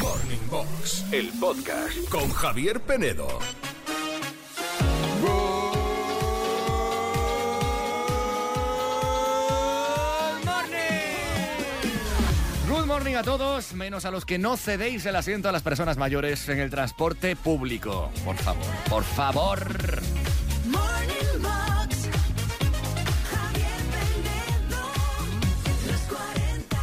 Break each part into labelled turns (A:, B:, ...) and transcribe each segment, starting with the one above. A: Morning Box, el podcast con Javier Penedo.
B: Good morning a todos, menos a los que no cedéis el asiento a las personas mayores en el transporte público. Por favor, por favor.
C: Morning Box, Javier Penedo, los 40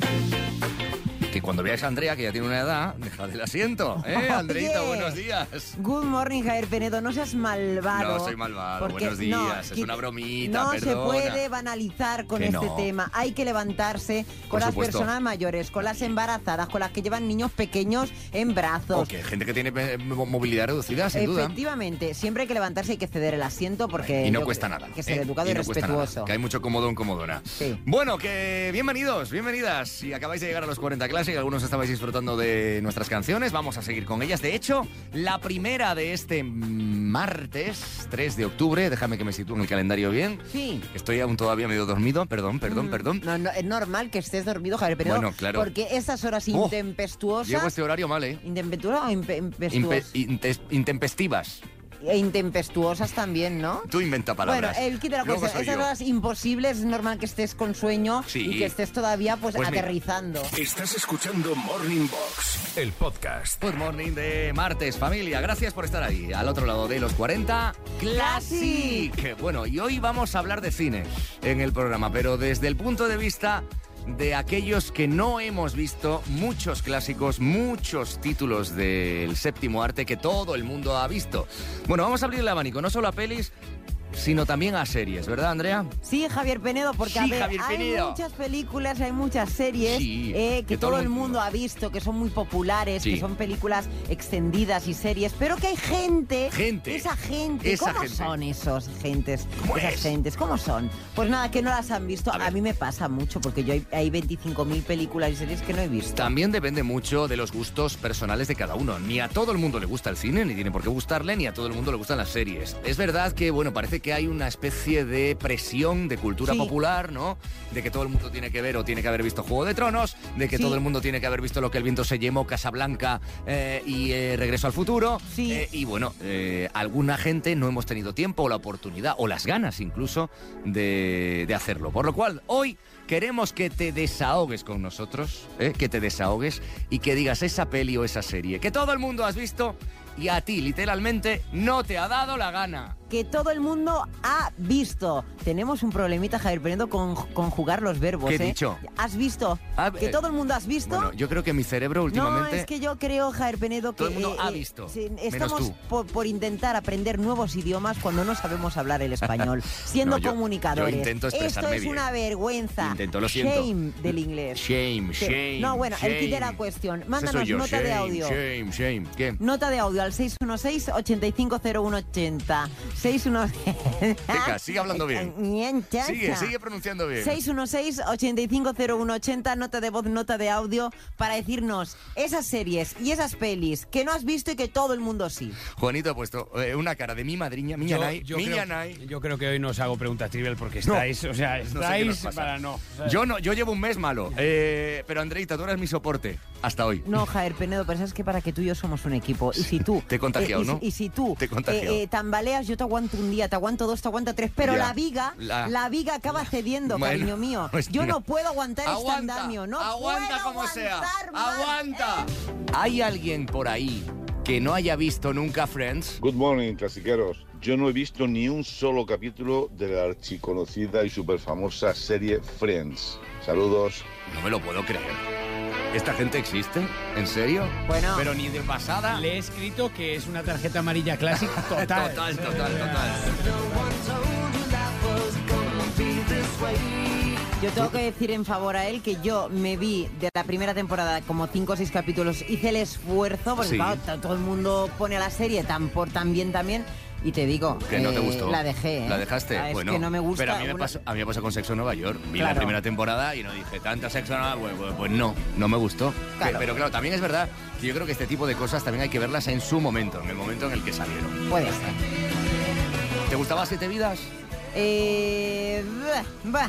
C: Classic.
B: Que cuando veáis a Andrea, que ya tiene una edad, dejad el asiento. ¿Eh, Andreita?
D: Oye.
B: Buenos días.
D: Good morning, Javier Penedo. No seas malvado.
B: No soy malvado. Buenos
D: no,
B: días. Es
D: que
B: una bromita,
D: No se
B: perdona.
D: puede banalizar con
B: Que
D: este
B: no.
D: tema. Hay que levantarse con
B: Por
D: las
B: supuesto.
D: personas mayores, con las embarazadas, con las que llevan niños pequeños en brazos.
B: Ok, gente que tiene eh, movilidad reducida, sin duda.
D: Efectivamente, siempre hay que levantarse y hay que ceder el asiento porque.
B: Y no
D: yo-
B: cuesta nada.
D: Hay que ser
B: ¿eh?
D: educado y,
B: no cuesta nada,
D: respetuoso.
B: que hay mucho comodón, comodona.
D: Sí.
B: Bueno, que bienvenidos, bienvenidas. Si acabáis de llegar a los 40 Classic, algunos estabais disfrutando de nuestras canciones. Vamos a seguir con ellas. De hecho, la primera de este martes, 3 de octubre, déjame que me sitúe en el calendario bien.
D: Sí.
B: Estoy aún todavía medio dormido, perdón, perdón,
D: Mm,
B: perdón.
D: No, no, es normal que estés dormido, Javier Penedo.
B: Bueno, claro.
D: Porque esas horas
B: Oh,
D: intempestuosas.
B: Llego a este horario mal, ¿eh?
D: ¿Intempestuosas o impe-
B: Impe-
D: impestuosas?
B: intes- intempestivas.
D: E intempestuosas también, ¿no?
B: Tú inventa palabras.
D: Bueno, el kit de la
B: Luego
D: cuestión.
B: soy
D: Esas
B: yo.
D: horas imposibles, es normal que estés con sueño
B: Sí.
D: y que estés todavía pues,
B: Pues mira.
D: aterrizando.
A: Estás escuchando Morning Box, el podcast.
B: Good morning de martes, familia. Gracias por estar ahí, al otro lado de los 40 Classic. Bueno, y hoy vamos a hablar de cine en el programa, pero desde el punto de vista de aquellos que no hemos visto muchos clásicos, muchos títulos del séptimo arte que todo el mundo ha visto. Bueno, vamos a abrir el abanico, no solo a pelis, sino también a series, ¿verdad, Andrea?
D: Sí, Javier Penedo, porque a
B: Sí,
D: ver,
B: Javier
D: hay
B: Penedo.
D: muchas películas, hay muchas series
B: Sí,
D: eh, que, todo, el mundo
B: mundo.
D: ha visto, que son muy populares,
B: Sí.
D: que son películas extendidas y series, pero que hay gente,
B: Gente.
D: esa gente,
B: Esa
D: ¿cómo
B: gente.
D: son esos gentes,
B: ¿Cómo
D: esas
B: es?
D: gentes, cómo son? Pues nada, que no las han visto.
B: A
D: A,
B: ver.
D: mí me pasa mucho porque yo hay, hay 25.000 películas y series que no he visto.
B: También depende mucho de los gustos personales de cada uno. Ni a todo el mundo le gusta el cine, ni tiene por qué gustarle, ni a todo el mundo le gustan las series. Es verdad que, bueno, parece que hay una especie de presión de cultura
D: Sí.
B: popular, ¿no? De que todo el mundo tiene que ver o tiene que haber visto Juego de Tronos, de que
D: Sí.
B: todo el mundo tiene que haber visto Lo que el viento se llevó, Casablanca eh, y eh, Regreso al futuro.
D: Sí.
B: Eh, y bueno, eh, alguna gente no hemos tenido tiempo o la oportunidad o las ganas incluso de, de hacerlo. Por lo cual, hoy queremos que te desahogues con nosotros, ¿eh? que te desahogues y que digas esa peli o esa serie que todo el mundo has visto y a ti literalmente no te ha dado la gana.
D: que todo el mundo ha visto. Tenemos un problemita, Javier Penedo, con conjugar los verbos.
B: ¿Qué he
D: ¿eh?
B: dicho?
D: ¿Has visto?
B: Ah,
D: ¿Que
B: eh,
D: todo el mundo has visto?
B: Bueno, yo creo que mi cerebro últimamente...
D: No, es que yo creo, Javier Penedo, que...
B: Todo el mundo
D: eh,
B: ha
D: eh,
B: visto,
D: sí,
B: menos
D: Estamos
B: tú.
D: por, por intentar aprender nuevos idiomas cuando no sabemos hablar el español, siendo
B: No, yo-
D: comunicadores.
B: yo intento
D: Esto
B: expresarme
D: es
B: bien.
D: una vergüenza.
B: Intento, lo siento.
D: Shame del inglés.
B: Shame,
D: Sí.
B: shame.
D: No, bueno, el kit de la
B: shame.
D: cuestión.
B: Ese
D: Mándanos
B: soy yo.
D: nota de
B: Shame,
D: audio.
B: Shame, shame. ¿Qué?
D: Nota de audio al 616-850180. 616...
B: Venga, sigue hablando bien. Sigue,
D: Sigue,
B: sigue pronunciando bien.
D: 616-850180, nota de voz, nota de audio, para decirnos esas series y esas pelis que no has visto y que todo el mundo sí.
B: Juanito ha puesto eh, una cara de mi madriña, miña nai, miña nai.
E: yo creo que hoy no os hago preguntas trivial porque estáis, o sea,
B: No sé qué
E: estáis
B: nos pasa.
E: para no. o sea,
B: Yo no, yo llevo un mes malo. Eh, pero Andreita, tú eres mi soporte hasta hoy.
D: No, Javier Penedo, pero sabes que para que tú y yo somos un equipo. Y si tú.
B: Te he contagiado,
D: eh, y si-
B: ¿no?
D: Y si tú.
B: Te he contagiado.
D: eh, eh, tambaleas, yo te aguanto un día, te aguanto dos, te aguanto tres. Pero
B: Ya.
D: la viga,
B: La-
D: la, viga acaba cediendo,
B: Bueno,
D: cariño mío.
B: pues
D: yo
B: no.
D: no, puedo aguantar este
B: aguanta,
D: andamio, ¿no?
B: aguanta
D: puedo
B: como sea,
D: aguantar más. Eh.
B: aguanta. ¿Hay alguien por ahí que no haya visto nunca Friends?
F: Good morning, clasiqueros. Yo no he visto ni un solo capítulo de la archiconocida y superfamosa serie Friends. Saludos.
B: No me lo puedo creer. ¿Esta gente existe? ¿En serio?
D: Bueno.
B: Pero ni de pasada.
E: le he escrito que es una tarjeta amarilla clásica total.
B: total, total, total.
D: Yo tengo que decir en favor a él que yo me vi de la primera temporada como cinco o seis capítulos, hice el esfuerzo, porque
B: Sí.
D: claro, t- todo el mundo pone a la serie tan por tan bien también, y te digo,
B: Que no te
D: eh,
B: gustó.
D: la dejé. ¿eh?
B: La dejaste.
D: Ah, es
B: bueno.
D: que no me gusta.
B: Pero a mí me,
D: una-
B: pasó, a mí me pasó con Sexo en Nueva York. Vi la
D: Claro.
B: primera temporada y no dije tanta Sexo en Nueva York. Pues, pues- pues no, no me gustó. Pe-
D: Claro.
B: Pero claro, también es verdad que yo creo que este tipo de cosas también hay que verlas en su momento, en el momento en el que salieron.
D: Puede ser.
B: ¿Te gustaba Siete Vidas?
D: Eh, bah,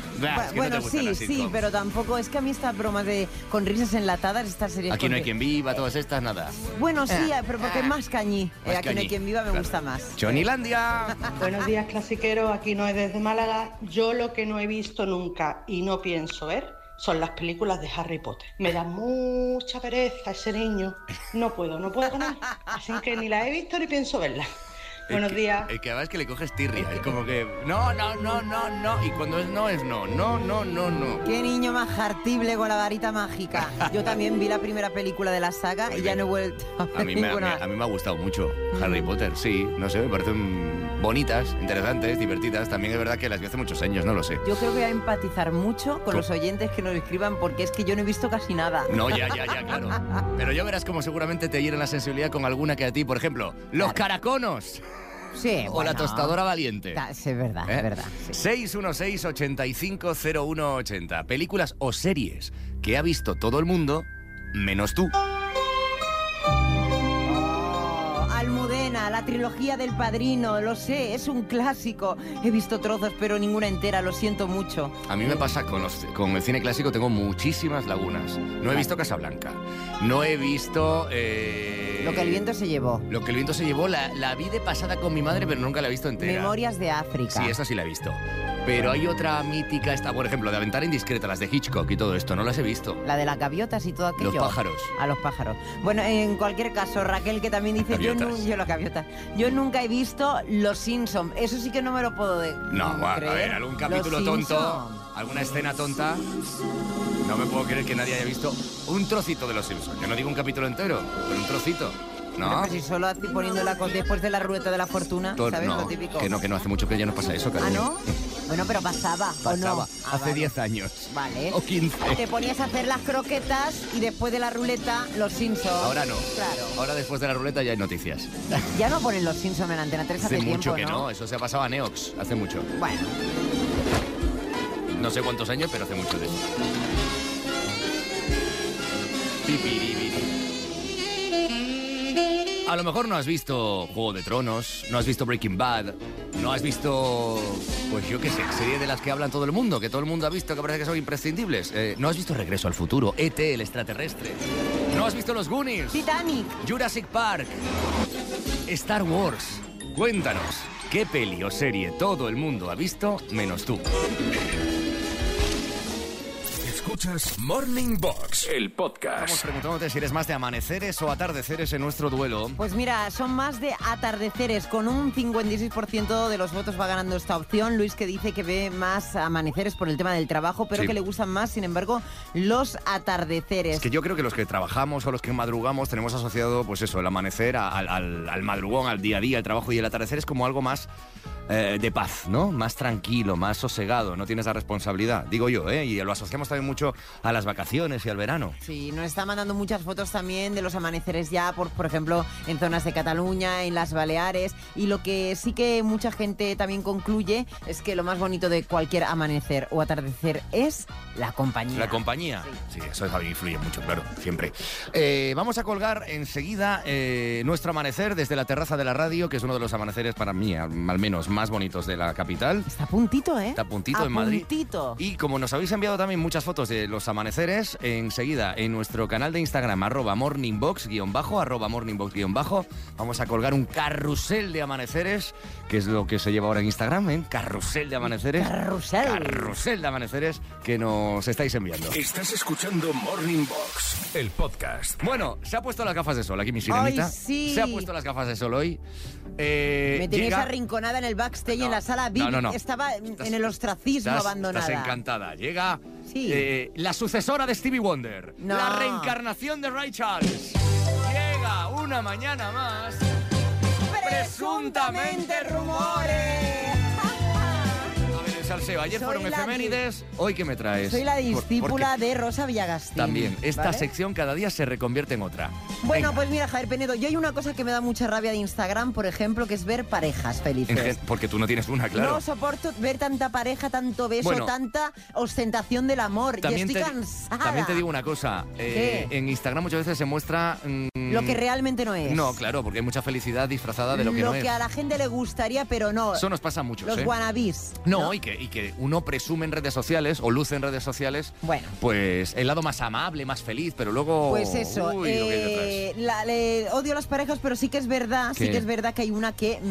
B: Bah,
D: bah, bah,
B: es que no
D: bueno,
B: te gustan
D: sí,
B: las
D: sí,
B: sitcoms.
D: pero tampoco. Es que a mí estas bromas de con risas enlatadas, estas series.
B: Aquí no hay
D: con-
B: quien viva, todas estas, nada.
D: Bueno, sí, eh, pero porque es más cañí. Eh,
B: Más
D: aquí no
B: cañí,
D: hay quien viva, me
B: claro.
D: gusta más.
B: Chonilandia.
G: Buenos días, clasiqueros. Aquí no es desde Málaga. Yo lo que no he visto nunca y no pienso ver son las películas de Harry Potter. Me da mucha pereza ese niño. No puedo, no puedo con él. Así que ni la he visto ni pienso verla. Buenos
B: Es que-
G: días.
B: Es que además que le coges tirria. Es como que. No, no, no, no, no. Y cuando es no, es no. No, no, no, no.
D: Qué niño más hartible con la varita mágica. Yo también vi la primera película de la saga
B: Muy
D: y ya
B: bien.
D: no he vuelto a ver
B: A mí, me, a, mí,
D: ninguna.
B: a mí me ha gustado mucho
D: Mm.
B: Harry Potter, sí, no sé, me parecen bonitas, interesantes, divertidas. También es verdad que las vi hace muchos años, no lo sé.
D: Yo creo que voy a empatizar mucho con
B: Tú.
D: los oyentes que nos escriban porque es que yo no he visto casi nada.
B: No, ya, ya, ya, claro. Pero ya verás como seguramente te hieren la sensibilidad con alguna que a ti, por ejemplo, los caraconos
D: Sí,
B: o la
D: bueno.
B: tostadora valiente.
D: Ta- sí, es verdad, es
B: ¿Eh?
D: verdad. sí.
B: 616-850180. Películas o series que ha visto todo el mundo, menos tú.
D: Oh, Almudena, la trilogía del padrino, lo sé, es un clásico. He visto trozos, pero ninguna entera, lo siento mucho.
B: A mí me pasa con, los- con el cine clásico, tengo muchísimas lagunas. No he visto Casablanca, no he visto... eh,
D: Lo que el viento se llevó.
B: Lo que el viento se llevó, la, la vi de pasada con mi madre, pero nunca la he visto entera.
D: Memorias de África.
B: Sí, esa sí la he visto. Pero hay otra mítica, esta, por ejemplo, de Aventar Indiscreta, las de Hitchcock y todo esto, no las he visto.
D: La de las gaviotas y todo aquello.
B: Los pájaros.
D: A los pájaros. Bueno, en cualquier caso, Raquel, que también dice, yo,
B: Gaviotas.
D: nu- yo las gaviotas. Yo nunca he visto Los Simpson. Eso sí que no me lo puedo de
B: No,
D: mm,
B: guau, a
D: creer.
B: ver, algún
D: Los
B: capítulo tonto,
D: Simpson.
B: alguna escena tonta. No me puedo creer que nadie haya visto un trocito de Los Simpsons. Yo no digo un capítulo entero, pero un trocito.
D: Pero
B: No,
D: que si solo así poniéndola con- después de la ruleta de la fortuna,
B: Tor-
D: ¿sabes?
B: no,
D: lo típico.
B: que no, que no, hace mucho que ya nos pasa eso,
D: ¿Ah,
B: cariño.
D: no? Bueno, pero pasaba, ¿o
B: Pasaba
D: no? Ah,
B: hace
D: vale.
B: 10 años.
D: Vale.
B: O 15.
D: Te ponías a hacer las croquetas y después de la ruleta, los Simpsons.
B: Ahora no.
D: Claro.
B: Ahora después de la ruleta ya hay noticias.
D: Ya no ponen los Simpsons en Antena 3 hace,
B: Hace mucho
D: tiempo,
B: que
D: ¿no?
B: no, eso se ha pasado a Neox, hace mucho.
D: Bueno,
B: No sé cuántos años, pero hace mucho de eso. Pipiribiri. A lo mejor no has visto Juego de Tronos, no has visto Breaking Bad, no has visto, pues yo qué sé, serie de las que hablan todo el mundo, que todo el mundo ha visto, que parece que son imprescindibles. Eh, no has visto Regreso al Futuro, ET, el extraterrestre. No has visto Los Goonies.
D: Titanic.
B: Jurassic Park, Star Wars. Cuéntanos, ¿qué peli o serie todo el mundo ha visto menos tú?
A: Escuchas Morning Box, el
B: Estamos
A: podcast.
B: preguntándote si eres más de amaneceres o atardeceres en nuestro duelo.
D: Pues mira, son más de atardeceres. Con un 56% de los votos va ganando esta opción. Luis que dice que ve más amaneceres por el tema del trabajo, pero
B: Sí.
D: que le gustan más, sin embargo, los atardeceres.
B: Es que yo creo que los que trabajamos o los que madrugamos tenemos asociado, pues eso, el amanecer a- al, al- al madrugón, al día a día, el trabajo y el atardecer es como algo más eh, de paz, ¿no? Más tranquilo, más sosegado, no tienes la responsabilidad, digo yo, ¿eh? Y lo asociamos también mucho a las vacaciones y al verano.
D: Sí, nos está mandando muchas fotos también de los amaneceres ya, por, por ejemplo, en zonas de Cataluña, en las Baleares. Y lo que sí que mucha gente también concluye es que lo más bonito de cualquier amanecer o atardecer es la compañía.
B: La compañía. Sí, eso es- influye mucho, claro, siempre. Eh, vamos a colgar enseguida eh, nuestro amanecer desde la terraza de la radio, que es uno de los amaneceres para mí, al al menos más bonitos de la capital.
D: Está a puntito, ¿eh?
B: Está a puntito
D: A
B: en Madrid.
D: puntito.
B: Y como nos habéis enviado también muchas fotos de los amaneceres, enseguida en nuestro canal de Instagram, arroba morningbox guión bajo, arroba morningbox guión bajo, vamos a colgar un carrusel de amaneceres, que es lo que se lleva ahora en Instagram, ¿eh? Carrusel de amaneceres.
D: Carrusel.
B: Carrusel de amaneceres que nos estáis enviando.
A: Estás escuchando Morning Box, el podcast.
B: Bueno, se ha puesto las gafas de sol aquí mi sirenita.
D: Ay, sí.
B: Se ha puesto las gafas de sol hoy. Eh,
D: Me tenías
B: llega-
D: arrinconada en el backstage,
B: No,
D: en la sala VIP.
B: no, no, no.
D: Estaba en-
B: Estás-
D: en el ostracismo
B: Estás,
D: abandonada.
B: estás encantada. Llega
D: Sí.
B: eh, la sucesora de Stevie Wonder.
D: No.
B: La reencarnación de Ray Charles. Llega una mañana más. Presuntamente rumores. A ver, esa salseo. Ayer
D: Soy
B: fueron
D: la di-
B: efemérides, hoy que me traes.
D: Soy la
B: Por- porque
D: discípula de Rosa Villagastín.
B: También, esta
D: ¿vale?
B: sección cada día se reconvierte en otra.
D: Bueno,
B: Venga.
D: pues mira, Javier Penedo, yo hay una cosa que me da mucha rabia de Instagram, por ejemplo, que es ver parejas
B: En
D: felices.
B: gen- Porque tú no tienes una, claro.
D: No soporto ver tanta pareja, tanto beso,
B: Bueno.
D: tanta ostentación del amor. y estoy
B: te,
D: cansada.
B: también te digo una cosa. eh,
D: ¿Qué?
B: en Instagram muchas veces se muestra. mm,
D: Lo que realmente no es.
B: No, claro, porque hay mucha felicidad disfrazada de lo que
D: Lo
B: no es.
D: que a la gente le gustaría, pero no.
B: Eso nos pasa a muchos,
D: Los
B: ¿eh?
D: wannabis.
B: No, Y, que, y que uno presume en redes sociales o luce en redes sociales,
D: Bueno.
B: pues el lado más amable, más feliz, pero luego.
D: Pues eso,
B: Oh, uy, lo que hay detrás.
D: eh, la- le- odio las parejas, pero sí que es verdad, sí
B: ¿Qué?
D: que es verdad que hay una que mm,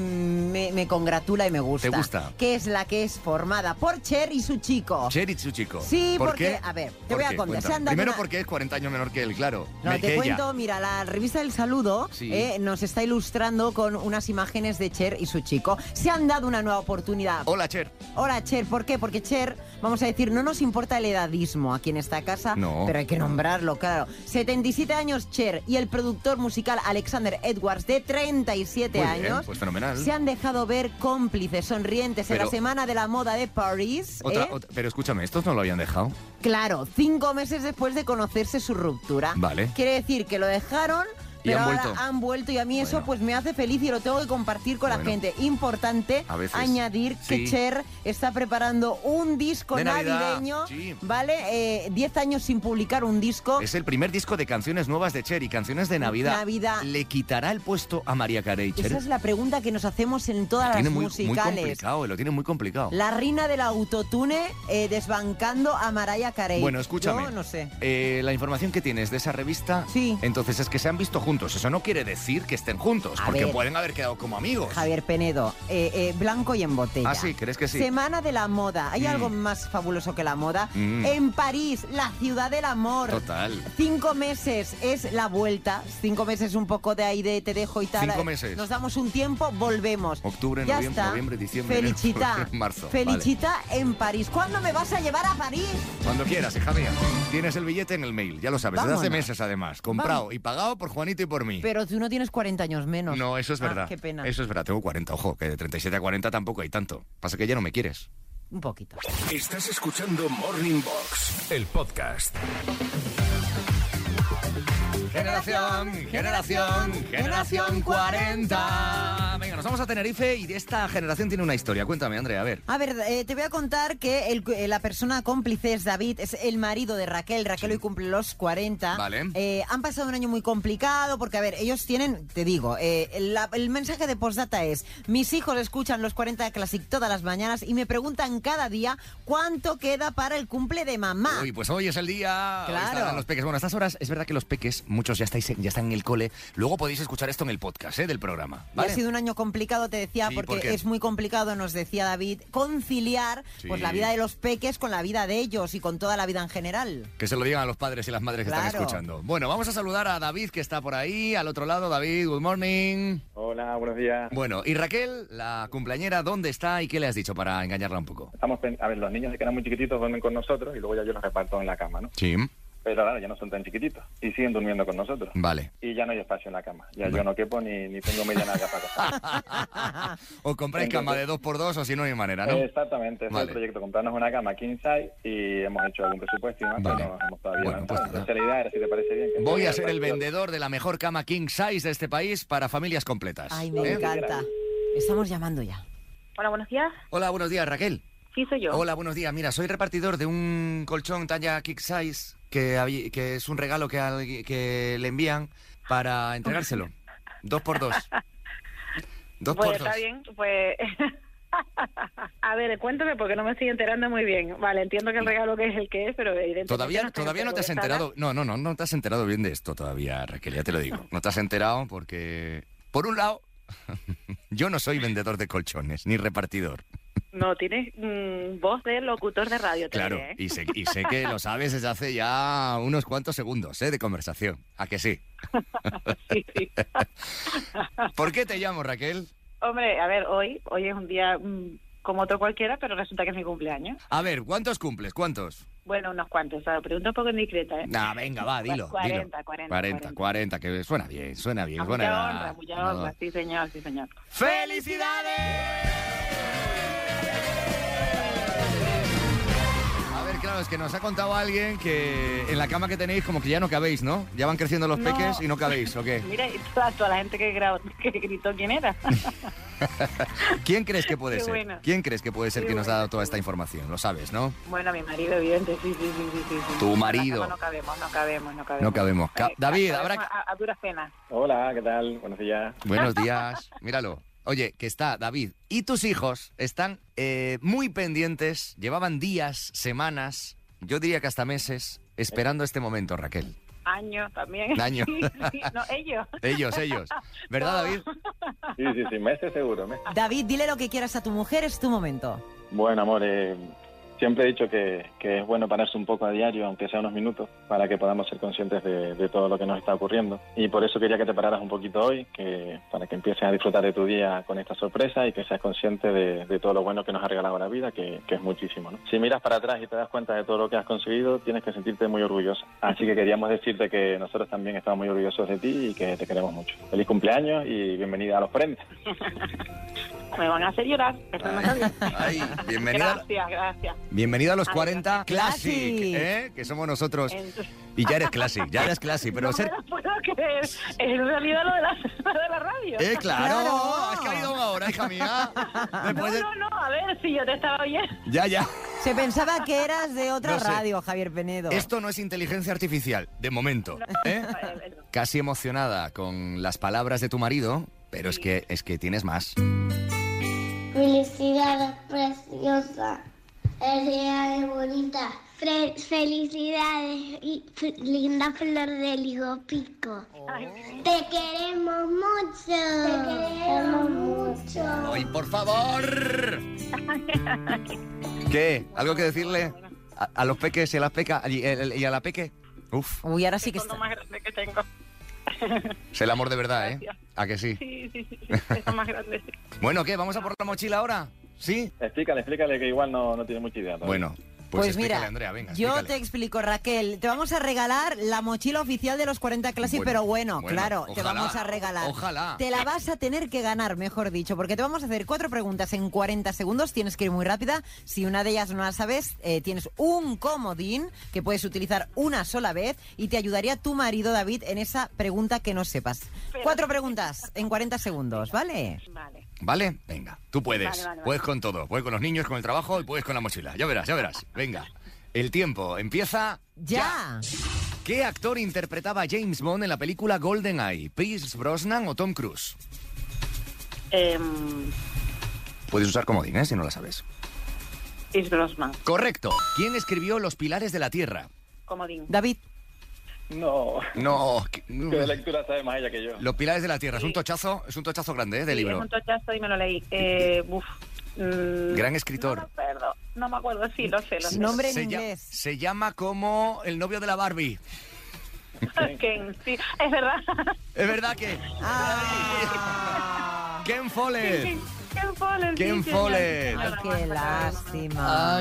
D: me, me congratula y me gusta.
B: ¿Te gusta?
D: Que es la que es formada por Cher y su chico.
B: Cher y su chico.
D: Sí,
B: ¿Por
D: porque-
B: qué?
D: a ver, te
B: ¿Por
D: voy a
B: qué?
D: contar. Se
B: Cuéntame.
D: han dado
B: Primero
D: una-
B: porque es 40 años menor que él, claro.
D: No,
B: Me-
D: te
B: que ella.
D: cuento, mira, la revista El Saludo
B: Sí.
D: eh, nos está ilustrando con unas imágenes de Cher y su chico. Se han dado una nueva oportunidad.
B: Hola, Cher.
D: Hola, Cher, ¿por qué? Porque Cher, vamos a decir, no nos importa el edadismo aquí en esta casa,
B: No.
D: pero hay que nombrarlo, claro. 77 años Cher y el productor musical Alexander Edwards, de 37
B: Muy bien,
D: años,
B: pues fenomenal.
D: se han dejado ver cómplices, sonrientes en
B: Pero-
D: la Semana de la Moda de París.
B: Otra-
D: ¿eh?
B: otra- pero escúchame, estos no lo habían dejado.
D: Claro, cinco meses después de conocerse su ruptura.
B: Vale.
D: Quiere decir que lo dejaron.
B: Y
D: Pero
B: han
D: ahora
B: vuelto.
D: han vuelto y a mí eso
B: Bueno.
D: pues me hace feliz y lo tengo que compartir con
B: Bueno.
D: la gente. Importante
B: A veces.
D: añadir
B: Sí.
D: que Cher está preparando un disco
B: De Navidad,
D: navideño,
B: sí.
D: ¿vale? Eh, diez años sin publicar un disco.
B: Es el primer disco de canciones nuevas de Cher y canciones de Navidad.
D: Navidad.
B: ¿Le quitará el puesto a María Carey, Cher?
D: Esa es la pregunta que nos hacemos en
B: Lo
D: todas
B: tiene
D: las
B: muy, muy
D: musicales.
B: complicado, lo tiene muy complicado.
D: la reina del autotune eh, desbancando a Mariah Carey.
B: Bueno, escúchame.
D: Yo no sé.
B: Eh, la información que tienes de esa revista,
D: Sí.
B: entonces es que se han visto juntos. Eso no quiere decir que estén juntos,
D: A
B: porque
D: ver.
B: pueden haber quedado como amigos.
D: Javier Penedo, eh, eh, blanco y en botella.
B: Ah, sí, ¿crees que sí?
D: Semana de la moda. ¿Hay
B: Mm.
D: algo más fabuloso que la moda?
B: Mm.
D: En París, la ciudad del amor.
B: Total.
D: Cinco meses es la vuelta. Cinco meses un poco de ahí de te dejo y tal.
B: Cinco meses.
D: Nos damos un tiempo, volvemos.
B: Octubre,
D: Ya
B: noviembre,
D: está.
B: noviembre, diciembre, enero,
D: Felicita.
B: marzo, vale.
D: Felicita en París. ¿Cuándo me vas a llevar a París?
B: Cuando quieras, hija mía. Tienes el billete en el mail, ya lo sabes, desde hace
D: Vámonos.
B: meses además. Comprado y pagado por Juanito y por mí.
D: Pero tú no tienes 40 años menos.
B: No, eso es
D: Ah,
B: verdad.
D: qué pena.
B: Eso es verdad, tengo 40, ojo, que de 37 a 40 tampoco hay tanto. Pasa que ya no me quieres.
D: Un poquito.
A: Estás escuchando Morning Box, el podcast.
B: Generación, generación, generación 40. Venga, nos vamos a Tenerife y esta generación tiene una historia. Cuéntame, Andrea, a ver.
D: A ver, eh, te voy a contar que el cu- eh, la persona cómplice es David, es el marido de Raquel. Raquel hoy cumple los 40.
B: Vale.
D: Eh, han pasado un año muy complicado porque, a ver, ellos tienen, te digo, eh, la- el mensaje de postdata es, mis hijos escuchan los 40 Classic todas las mañanas y me preguntan cada día cuánto queda para el cumple de mamá.
B: Uy, pues hoy es el día. hoy
D: Ah. Claro.
B: estarán los peques. Bueno, a estas horas es verdad que los peques, muchos ya estáis, en- ya están en el cole. Luego podéis escuchar esto en el podcast ¿eh? del programa.
D: Y
B: ¿vale?
D: ha sido un año complicado, te decía,
B: Sí, ¿por
D: porque
B: qué?
D: es muy complicado, nos decía David, conciliar pues
B: Sí.
D: la vida de los peques con la vida de ellos y con toda la vida en general.
B: Que se lo digan a los padres y las madres que están
D: Claro.
B: escuchando. Bueno, vamos a saludar a David que está por ahí, al otro lado. David, good morning.
H: Hola, buenos días.
B: Bueno, y Raquel, la cumpleañera, ¿dónde está y qué le has dicho para engañarla un poco?
H: Estamos pen- a ver, los niños que eran muy chiquititos duermen con nosotros y luego ya yo los reparto en la cama, ¿no?
B: Sí.
H: Pero ahora ya no son tan chiquititos y siguen durmiendo con nosotros.
B: Vale.
H: Y ya no hay espacio en la cama. Ya yo no quepo ni, ni tengo media nada para acá.
B: o compráis cama de dos por dos o si no, no hay manera, Ah, ¿no?
H: Exactamente, ese es
B: Vale.
H: el proyecto, comprarnos una cama king size y hemos hecho algún presupuesto y más,
B: Vale.
H: pero no hemos todavía
B: Bueno, pues
H: lanzado.
B: nada.
H: Entonces, la idea era, si te parece bien... que-
B: Voy a ser el vendedor de la mejor cama king size de este país para familias completas.
D: Ay, me
B: ¿Eh?
D: encanta. Estamos llamando ya.
I: Hola, buenos días.
B: Hola, buenos días, Raquel.
I: Sí, soy yo.
B: Hola, buenos días. Mira, soy repartidor de un colchón talla king size que, habí- que es un regalo que, al- que le envían para entregárselo. Dos por dos. Dos
I: pues
B: por dos.
I: está bien, pues... A ver, cuéntame porque no me estoy enterando muy bien. Vale, entiendo que el regalo que es el que es, pero evidentemente...
B: Todavía,
I: estoy
B: todavía no te has
I: enterando.
B: enterado. No, no, no, no te has enterado bien de esto todavía, Raquel, ya te lo digo. No te has enterado porque, por un lado, yo no soy vendedor de colchones ni repartidor.
I: No, tienes mm, voz de locutor de radio. te
B: Claro,
I: diré, ¿eh?
B: y sé, y sé que lo sabes desde hace ya unos cuantos segundos ¿eh? de conversación. ¿A que sí?
I: Sí, sí.
B: ¿Por qué te llamo, Raquel?
I: Hombre, a ver, hoy hoy es un día mm, como otro cualquiera, pero resulta que es mi cumpleaños.
B: A ver, ¿cuántos cumples? ¿Cuántos?
I: Bueno, unos cuantos. O sea, pregunta un poco indiscreta, ¿eh?
B: Nah, venga, va, dilo.
I: 40,
B: dilo.
I: 40,
B: 40, 40, que suena bien, suena bien.
I: A
B: buena
I: mucha
B: edad.
I: honra, mucha
B: No.
I: honra. Sí, señor, sí, señor.
B: ¡Felicidades! claro, es que nos ha contado alguien que en la cama que tenéis como que ya no cabéis, ¿no? Ya van creciendo los
I: No.
B: peques y no cabéis, ¿o qué?
I: Mira, y toda, toda la gente que, gra- que gritó quién era.
B: ¿Quién crees que puede
I: Qué
B: ser?
I: bueno.
B: ¿Quién crees que puede ser
I: Qué
B: que nos ha
I: bueno,
B: dado
I: qué
B: toda esta
I: bueno.
B: información? Lo sabes, ¿no?
I: bueno, mi marido, evidente, sí, sí, sí, sí. sí, sí.
B: Tu
I: En la
B: marido.
I: cama No cabemos, no cabemos, no cabemos.
B: No cabemos. Ca-
I: Eh,
B: David,
I: cabemos
B: habrá que-
I: A, a duras penas.
H: Hola, ¿qué tal? Buenos días.
B: Buenos días. Míralo. Oye, que está David y tus hijos están eh, muy pendientes, llevaban días, semanas, yo diría que hasta meses, esperando este momento, Raquel.
I: Años también.
B: Años.
I: Sí, sí, no, ellos.
B: Ellos, ellos. ¿Verdad, David?
H: Sí, sí, sí, meses seguro. meses.
D: David, dile lo que quieras a tu mujer, es tu momento.
H: Bueno, amor, eh, siempre he dicho que, que es bueno pararse un poco a diario, aunque sea unos minutos, para que podamos ser conscientes de, de todo lo que nos está ocurriendo. Y por eso quería que te pararas un poquito hoy, que para que empieces a disfrutar de tu día con esta sorpresa y que seas consciente de, de todo lo bueno que nos ha regalado la vida, que, que es muchísimo. ¿no? Si miras para atrás y te das cuenta de todo lo que has conseguido, tienes que sentirte muy orgullosa. Así que queríamos decirte que nosotros también estamos muy orgullosos de ti y que te queremos mucho. Feliz cumpleaños y bienvenida a los premios.
I: Me van a hacer llorar. Eso no está bien.
B: Ay, bienvenida,
I: Gracias, gracias.
B: bienvenido a los
I: Ay,
B: 40 Classic,
D: Classic.
B: ¿eh? que somos nosotros.
I: Entonces-
B: Y ya eres Classic, ya eres Classic, pero
I: no
B: ser...
I: me lo puedo creer. Es en realidad lo de la, lo de la radio.
B: Eh, claro,
D: Claro.
B: has caído una hora, hija mía. Después de-
I: no, no, no, a ver si yo te estaba oyendo.
B: Ya, ya.
D: Se pensaba que eras de otra
B: No sé.
D: radio, Javier Penedo.
B: Esto no es inteligencia artificial, de momento. ¿eh? Casi emocionada con las palabras de tu marido, pero es que es que tienes más.
J: Felicidades, preciosa. Felicidades, bonita. Fe- felicidades, y f- linda flor del hijo pico. Te queremos mucho. Te queremos mucho.
B: ¡Ay, por favor! ¿Qué? ¿Algo que decirle a, a los peques y a las pecas? ¿Y, el- y a la peque? Uf,
D: Uy, ahora sí que
I: Es
D: está.
I: lo más grande que tengo.
B: es el amor de verdad, ¿eh? ¿A que sí?
I: Sí, sí, sí. sí, Es lo más grande. sí.
B: Bueno, ¿qué? ¿Vamos a por la mochila ahora? ¿Sí?
H: Explícale, explícale que igual no, no tiene mucha idea. todavía.
B: Bueno, pues,
D: Pues,
B: explícale,
D: mira,
B: Andrea, venga,
D: yo te
B: explícale.
D: explico, Raquel. Te vamos a regalar la mochila oficial de los 40 Classic,
B: Bueno,
D: pero bueno,
B: bueno,
D: claro, te
B: ojalá,
D: vamos a regalar.
B: ojalá.
D: Te la vas a tener que ganar, mejor dicho, porque te vamos a hacer cuatro preguntas en 40 segundos. Tienes que ir muy rápida. Si una de ellas no la sabes, eh, tienes un comodín que puedes utilizar una sola vez y te ayudaría tu marido David en esa pregunta que no sepas.
I: Pero-
D: Cuatro preguntas en 40 segundos, ¿vale?
I: Vale.
B: ¿Vale? Venga, tú puedes.
I: Vale, vale, vale.
B: Puedes con todo. Puedes con los niños, con el trabajo y puedes con la mochila. Ya verás, ya verás. Venga. El tiempo empieza
D: Ya.
B: ¿Qué actor interpretaba a James Bond en la película GoldenEye? ¿Pierce Brosnan o Tom Cruise?
I: Em,
B: Puedes usar comodín, ¿eh? Si no la sabes.
I: Is Grossman,
B: Correcto. ¿Quién escribió Los Pilares de la Tierra?
I: comodín.
D: David,
H: No,
B: No. que- no.
H: que de lectura sabe más ella que yo.
B: Los Pilares de la Tierra. Es un tochazo, es un tochazo grande, ¿eh? De
I: Sí,
B: libro.
I: Es un tochazo y me lo leí. Eh, uf. Mm,
B: Gran escritor.
I: No me acuerdo, no me acuerdo, sí, lo sé, lo sé.
D: nombre en
B: Se lla-
D: inglés.
B: se llama como el novio de la Barbie.
I: Ken, sí, es verdad.
B: Es verdad que...
D: Ah.
B: Ken Follett.
I: Sí, sí, Ken Follett. sí,
B: Ken
I: sí,
B: Follett.
I: sí,
D: Ay,
I: sí.
D: qué lástima.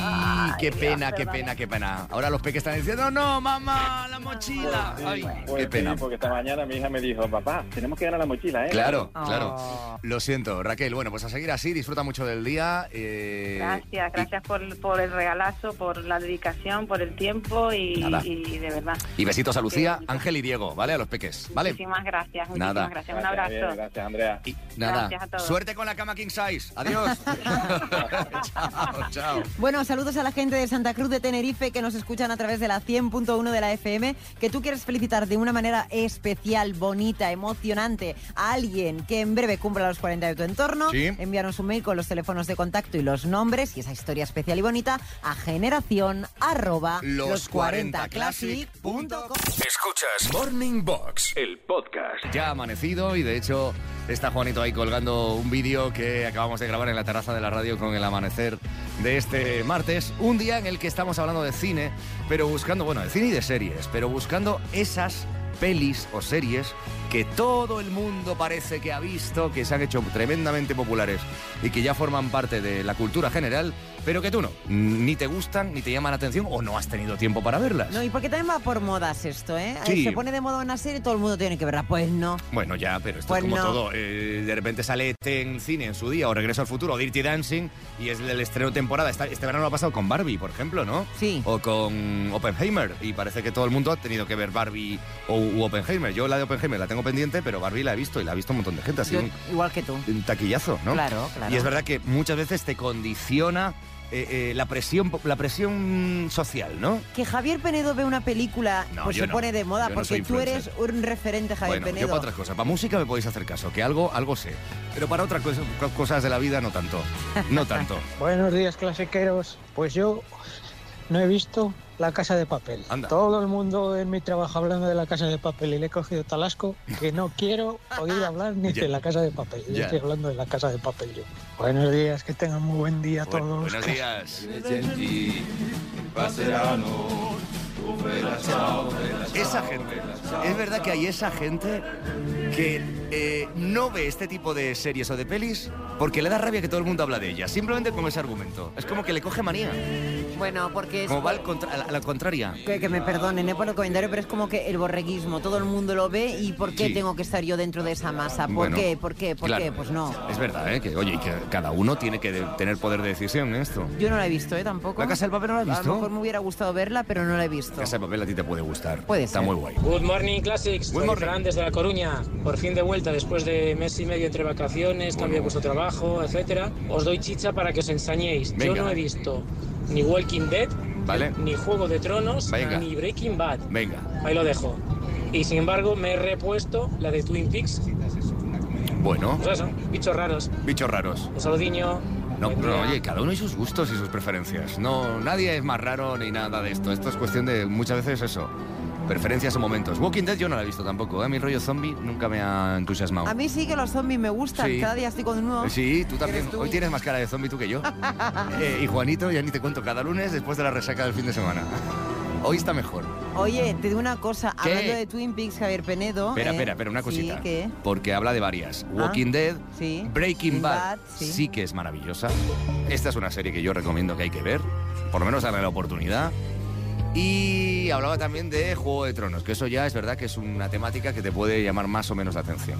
B: Ay, qué
I: Dios,
B: pena, qué
I: perdóname.
B: pena, qué pena. Ahora los peques están diciendo, no, mamá, la mochila. Ay,
H: Pues
B: qué
H: sí,
B: pena.
H: porque esta mañana mi hija me dijo, papá, tenemos que ganar la mochila, ¿eh?
B: Claro,
D: Oh.
I: Ah.
B: claro. Lo siento, Raquel. Bueno, pues a seguir así, disfruta mucho del día. eh,
I: Gracias,
B: y-
I: gracias por, por el regalazo, por la dedicación, por el tiempo y,
B: Nada.
I: y de verdad.
B: Y, besitos a Lucía,
I: Sí.
B: Ángel y Diego, ¿vale? A los peques, ¿vale?
I: Muchísimas gracias, muchísimas
B: Nada.
I: gracias. Un
H: Gracias, Javier,
I: abrazo.
H: gracias, Andrea.
B: Y nada,
I: Gracias a todos.
B: suerte con la cama king size. Adiós. chao, chao.
D: Bueno, saludos a la gente de Santa Cruz de Tenerife que nos escuchan a través de la 100.1 de la FM, que tú quieres felicitar de una manera especial, bonita, emocionante a alguien que en breve cumpla los 40 de tu entorno.
B: Sí.
D: Envíanos un mail con los teléfonos de contacto y los nombres y esa historia especial y bonita a generación arroba
B: Los 40 classic punto com.
A: Escuchas Morning Box, el podcast.
B: Ya ha amanecido y de hecho está Juanito ahí colgando un vídeo que acabamos de grabar en la terraza de la radio con el amanecer de este martes, un día en el que estamos hablando de cine, pero buscando, bueno, de cine y de series, pero buscando esas pelis o series que todo el mundo parece que ha visto, que se han hecho tremendamente populares y que ya forman parte de la cultura general, pero que tú no, ni te gustan, ni te llaman la atención o no has tenido tiempo para verlas.
D: No, y porque también va por modas esto, ¿eh?
B: Sí.
D: Se pone de moda una serie y todo el mundo tiene que verla. Pues no.
B: Bueno, ya, pero esto
D: Pues
B: es como
D: no.
B: todo. Eh, de repente sale ET en cine en su día, o Regreso al Futuro, o Dirty Dancing, y es el estreno de temporada. Esta- este verano lo ha pasado con Barbie, por ejemplo, ¿no?
D: Sí.
B: O con Oppenheimer, y parece que todo el mundo ha tenido que ver Barbie o u Oppenheimer. Yo la de Oppenheimer la tengo pendiente, pero Barbie la he visto, y la ha visto un montón de gente, así
D: Yo-
B: un,
D: igual que tú.
B: un taquillazo, ¿no?
D: Claro, claro.
B: Y es verdad que muchas veces te condiciona eh, eh, la, presión, po- la presión social, ¿no?
D: Que Javier Penedo ve una película,
B: No,
D: pues
B: yo
D: se
B: no.
D: pone de moda,
B: Yo no soy
D: porque tú eres
B: influencer.
D: un referente, Javier
B: bueno,
D: Penedo.
B: yo para otras cosas, para música me podéis hacer caso, que algo, algo sé. Pero para otras cosas, co- cosas de la vida no tanto, no tanto.
K: Buenos días, clasiqueros. Pues yo no he visto La Casa de Papel.
B: Anda.
K: Todo el mundo en mi trabajo hablando de La Casa de Papel y le he cogido talasco que no quiero oír hablar ni
B: Ya.
K: de La Casa de Papel. Yo
B: Ya.
K: estoy hablando de La Casa de Papel yo. Buenos días, que tengan muy buen día a todos.
B: Bueno, buenos días. Esa gente, es verdad que hay esa gente que eh, no ve este tipo de series o de pelis porque le da rabia que todo el mundo habla de ellas, simplemente con ese argumento. Es como que le coge manía,
D: Bueno, porque es...
B: como va al contra- a la- a la contraria.
D: Que, que me perdonen eh, por el comentario, pero es como que el borreguismo, todo el mundo lo ve y ¿por qué
B: Sí.
D: tengo que estar yo dentro de esa masa? ¿Por
B: Bueno,
D: qué? ¿Por qué? ¿Por
B: claro.
D: qué? Pues no.
B: Es verdad, ¿eh? Que, oye, y que cada uno tiene que de- tener poder de decisión en esto.
D: Yo no la he visto, ¿eh? Tampoco.
B: ¿La Casa del Papel no la has
D: A
B: visto?
D: lo mejor me hubiera gustado verla, pero no la he visto.
B: Ese papel a ti te puede gustar.
D: Puede
B: Está
D: ser.
B: muy guay.
L: Good morning, Classics.
B: Good
L: Soy
B: morning.
L: Fran desde La Coruña. Por fin de vuelta después de mes y medio entre vacaciones, cambio de puesto de trabajo, etcétera. Os doy chicha para que os ensañéis.
B: Venga.
L: Yo no he visto ni Walking Dead,
B: Vale.
L: ni Juego de Tronos,
B: Venga.
L: ni Breaking Bad.
B: Venga.
L: Ahí lo dejo. Y sin embargo, me he repuesto la de Twin Peaks.
B: Bueno,
L: Pues eso, bichos raros.
B: bichos raros.
L: Un saludinho.
B: No, pero oye, cada uno y sus gustos y sus preferencias. No, nadie es más raro ni nada de esto. Esto es cuestión de muchas veces eso. Preferencias o momentos. Walking Dead yo no la he visto tampoco. ¿eh? Mi rollo zombie nunca me ha entusiasmado.
D: A mí sí que los zombies me gustan,
B: Sí.
D: cada día estoy con uno.
B: Sí, tú también.
D: ¿Eres tú?
B: Hoy tienes más cara de zombie tú que yo. Eh, y Juanito, ya ni te cuento, cada lunes después de la resaca del fin de semana. Hoy está mejor.
D: Oye, te digo una cosa,
B: ¿Qué?
D: hablando de Twin Peaks, Javier Penedo...
B: Espera,
D: eh,
B: espera, espera, una
D: sí,
B: cosita.
D: ¿qué?
B: Porque habla de varias.
D: Ah.
B: Walking Dead,
D: Sí.
B: Breaking Bad,
D: Bad,
B: sí.
D: sí.
B: que es maravillosa. Esta es una serie que yo recomiendo que hay que ver, por lo menos darle la oportunidad. Y hablaba también de Juego de Tronos, que eso ya es verdad que es una temática que te puede llamar más o menos la atención.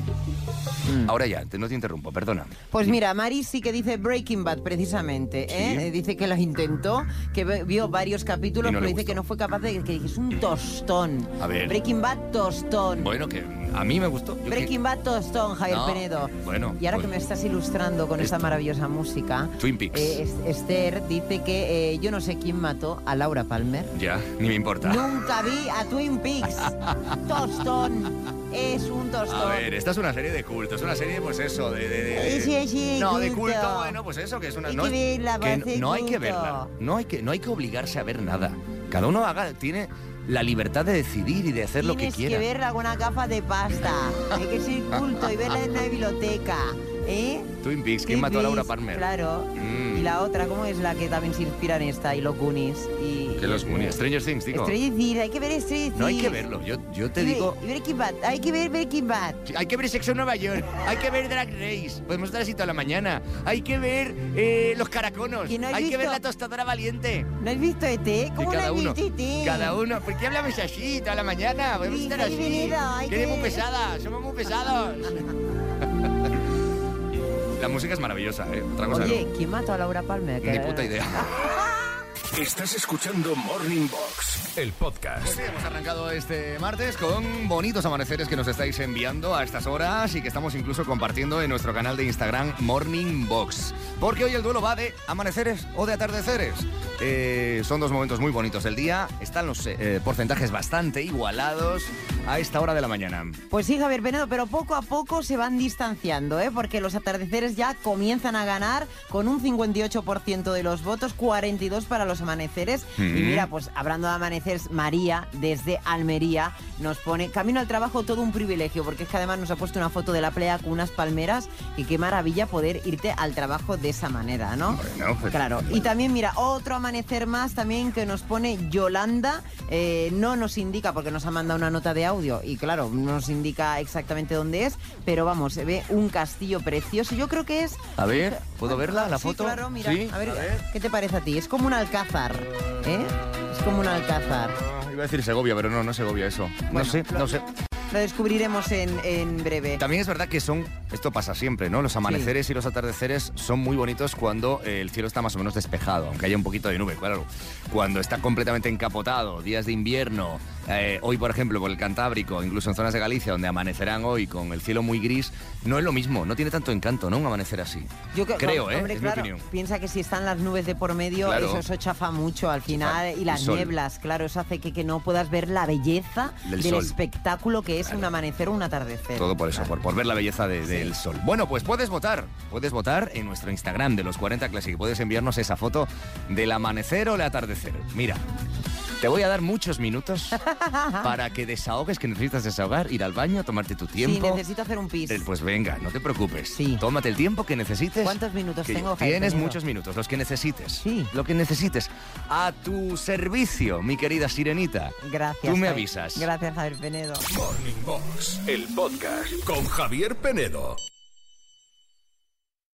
B: Ahora ya, te- no te interrumpo, perdona.
D: Mm. Pues mira, Mari sí que dice Breaking Bad, precisamente. ¿eh? Eh, Dice que lo intentó, que ve- vio varios capítulos,
B: Y no le
D: pero dice
B: gustó.
D: que no fue capaz de... que es un tostón.
B: A ver.
D: Breaking Bad, tostón.
B: Bueno, que a mí me gustó. Yo que-
D: Breaking Bad, tostón, Javier
B: No,
D: Penedo.
B: Bueno,
D: Y ahora
B: pues,
D: que me estás ilustrando con
B: Es-
D: esta maravillosa música,
B: Twin Peaks.
D: eh, es- Esther dice que eh, yo no sé quién mató a Laura Palmer.
B: Ya, ni me importa.
D: Nunca vi a Twin Peaks. Tostón. Es un
B: A
D: tostón.
B: ver, esta es una serie de culto, es una serie, pues eso, de... de- de-
D: Sí, sí, sí,
B: no, de
D: culto.
B: culto, bueno, pues eso, que es una...
D: Hay
B: no,
D: que verla,
B: que
D: parece
B: no hay que
D: culto.
B: verla, no hay que, no hay que obligarse a ver nada. Cada uno haga, tiene la libertad de decidir y de hacer lo que
D: Tienes
B: quiera.
D: verla con una capa de pasta. Hay que ser culto y verla en una biblioteca. ¿Eh?
B: Twin Peaks, ¿quién
D: Twin
B: mató a Laura
D: Peaks,
B: Palmer?
D: Claro.
B: Mm.
D: Y la otra, ¿cómo es la que también se inspira en esta? Y los Goonies. Y,
B: Que los Goonies, Stranger Things, digo.
D: Stranger Things, hay que ver Stranger Things.
B: No hay que verlo, yo, yo te
D: Y ve-
B: digo...
D: Y Breaking Bad, hay que ver Breaking Bad.
B: Hay que ver Sexo en Nueva York, hay que ver Drag Race, podemos estar así toda la mañana, hay que ver eh, Los Caraconos,
D: ¿Que no has
B: hay que ver
D: visto?
B: La Tostadora Valiente.
D: ¿No has visto ET?
B: Y
D: ¿Cómo no
B: cada
D: has
B: uno,
D: visto E ET?
B: cada uno. ¿Por qué hablamos así toda la mañana? Podemos
D: Sí,
B: estar
D: sí,
B: así.
D: venido, hay
B: Que
D: que-
B: muy pesada, somos muy pesados. la música es maravillosa, ¿eh? Otra cosa
D: Oye, ¿quién mató a Laura Palmer?
B: no. Ni puta idea.
A: Estás escuchando Morning Box, el
B: Pues
A: podcast.
B: sí, hemos arrancado este martes con bonitos amaneceres que nos estáis enviando a estas horas y que estamos incluso compartiendo en nuestro canal de Instagram Morning Box. Porque hoy el duelo va de amaneceres o de atardeceres. Eh, son dos momentos muy bonitos del día. Están los eh, porcentajes bastante igualados a esta hora de la mañana.
D: Pues sí, Javier Penedo, pero poco a poco se van distanciando, ¿eh? porque los atardeceres ya comienzan a ganar con un 58% de los votos, 42 para los amaneceres. Y
B: Mm.
D: mira, pues hablando de amaneceres, Cáceres, María, desde Almería, nos pone camino al trabajo todo un privilegio, porque es que además nos ha puesto una foto de la playa con unas palmeras y qué maravilla poder irte al trabajo de esa manera, ¿no?
B: Bueno, pues-
D: claro. Y también, mira, otro amanecer más también que nos pone Yolanda. eh, no nos indica, porque nos ha mandado una nota de audio, y claro, no nos indica exactamente dónde es, pero vamos, se ve un castillo precioso. Yo creo que es...
B: A ver, ¿puedo verla, la
D: Sí,
B: foto?
D: claro, mira.
B: Sí,
D: A, ver, ¿qué te parece a ti? Es como un alcázar, ¿eh? Es como un alcázar.
B: Ah, Iba a decir Segovia, pero no, no es Segovia eso. no sé, no sé.
D: Lo descubriremos en, en breve.
B: También es verdad que son, esto pasa siempre, ¿no? Los amaneceres y los atardeceres son muy bonitos cuando eh, el cielo está más o menos despejado, aunque haya un poquito de nube, claro. Cuando está completamente encapotado, días de invierno, eh, hoy por ejemplo por el Cantábrico, incluso en zonas de Galicia donde amanecerán hoy con el cielo muy gris, no es lo mismo, no tiene tanto encanto, ¿no? Un amanecer así.
D: Yo que-
B: creo,
D: no,
B: ¿eh?
D: hombre,
B: es
D: claro,
B: mi opinión.
D: Piensa que si están las nubes de por medio,
B: Claro.
D: eso, eso chafa mucho al final.
B: Chafa.
D: Y las
B: El sol.
D: nieblas, claro, eso hace que, que no puedas ver la belleza
B: Del
D: del,
B: sol.
D: espectáculo que es un amanecer o un atardecer.
B: Todo por eso, por, por ver la belleza de- del sol. Bueno, pues puedes votar. Puedes votar en nuestro Instagram de los 40 Classic. Puedes enviarnos esa foto del amanecer o el atardecer. Mira, te voy a dar muchos minutos para que desahogues, que necesitas desahogar, ir al baño, tomarte tu
D: Sí,
B: tiempo.
D: necesito hacer un pis.
B: Eh, Pues venga, no te preocupes. Tómate el tiempo que necesites.
D: ¿Cuántos minutos
B: que
D: tengo, Jaime
B: Tienes
D: Pinedo?
B: muchos minutos, los que necesites. Sí. Lo que necesites. A tu servicio, mi querida sirenita.
D: Gracias.
B: Tú me
D: Jaime.
B: avisas.
D: Gracias, Javier Penedo.
A: Morning Box, el podcast con Javier Penedo.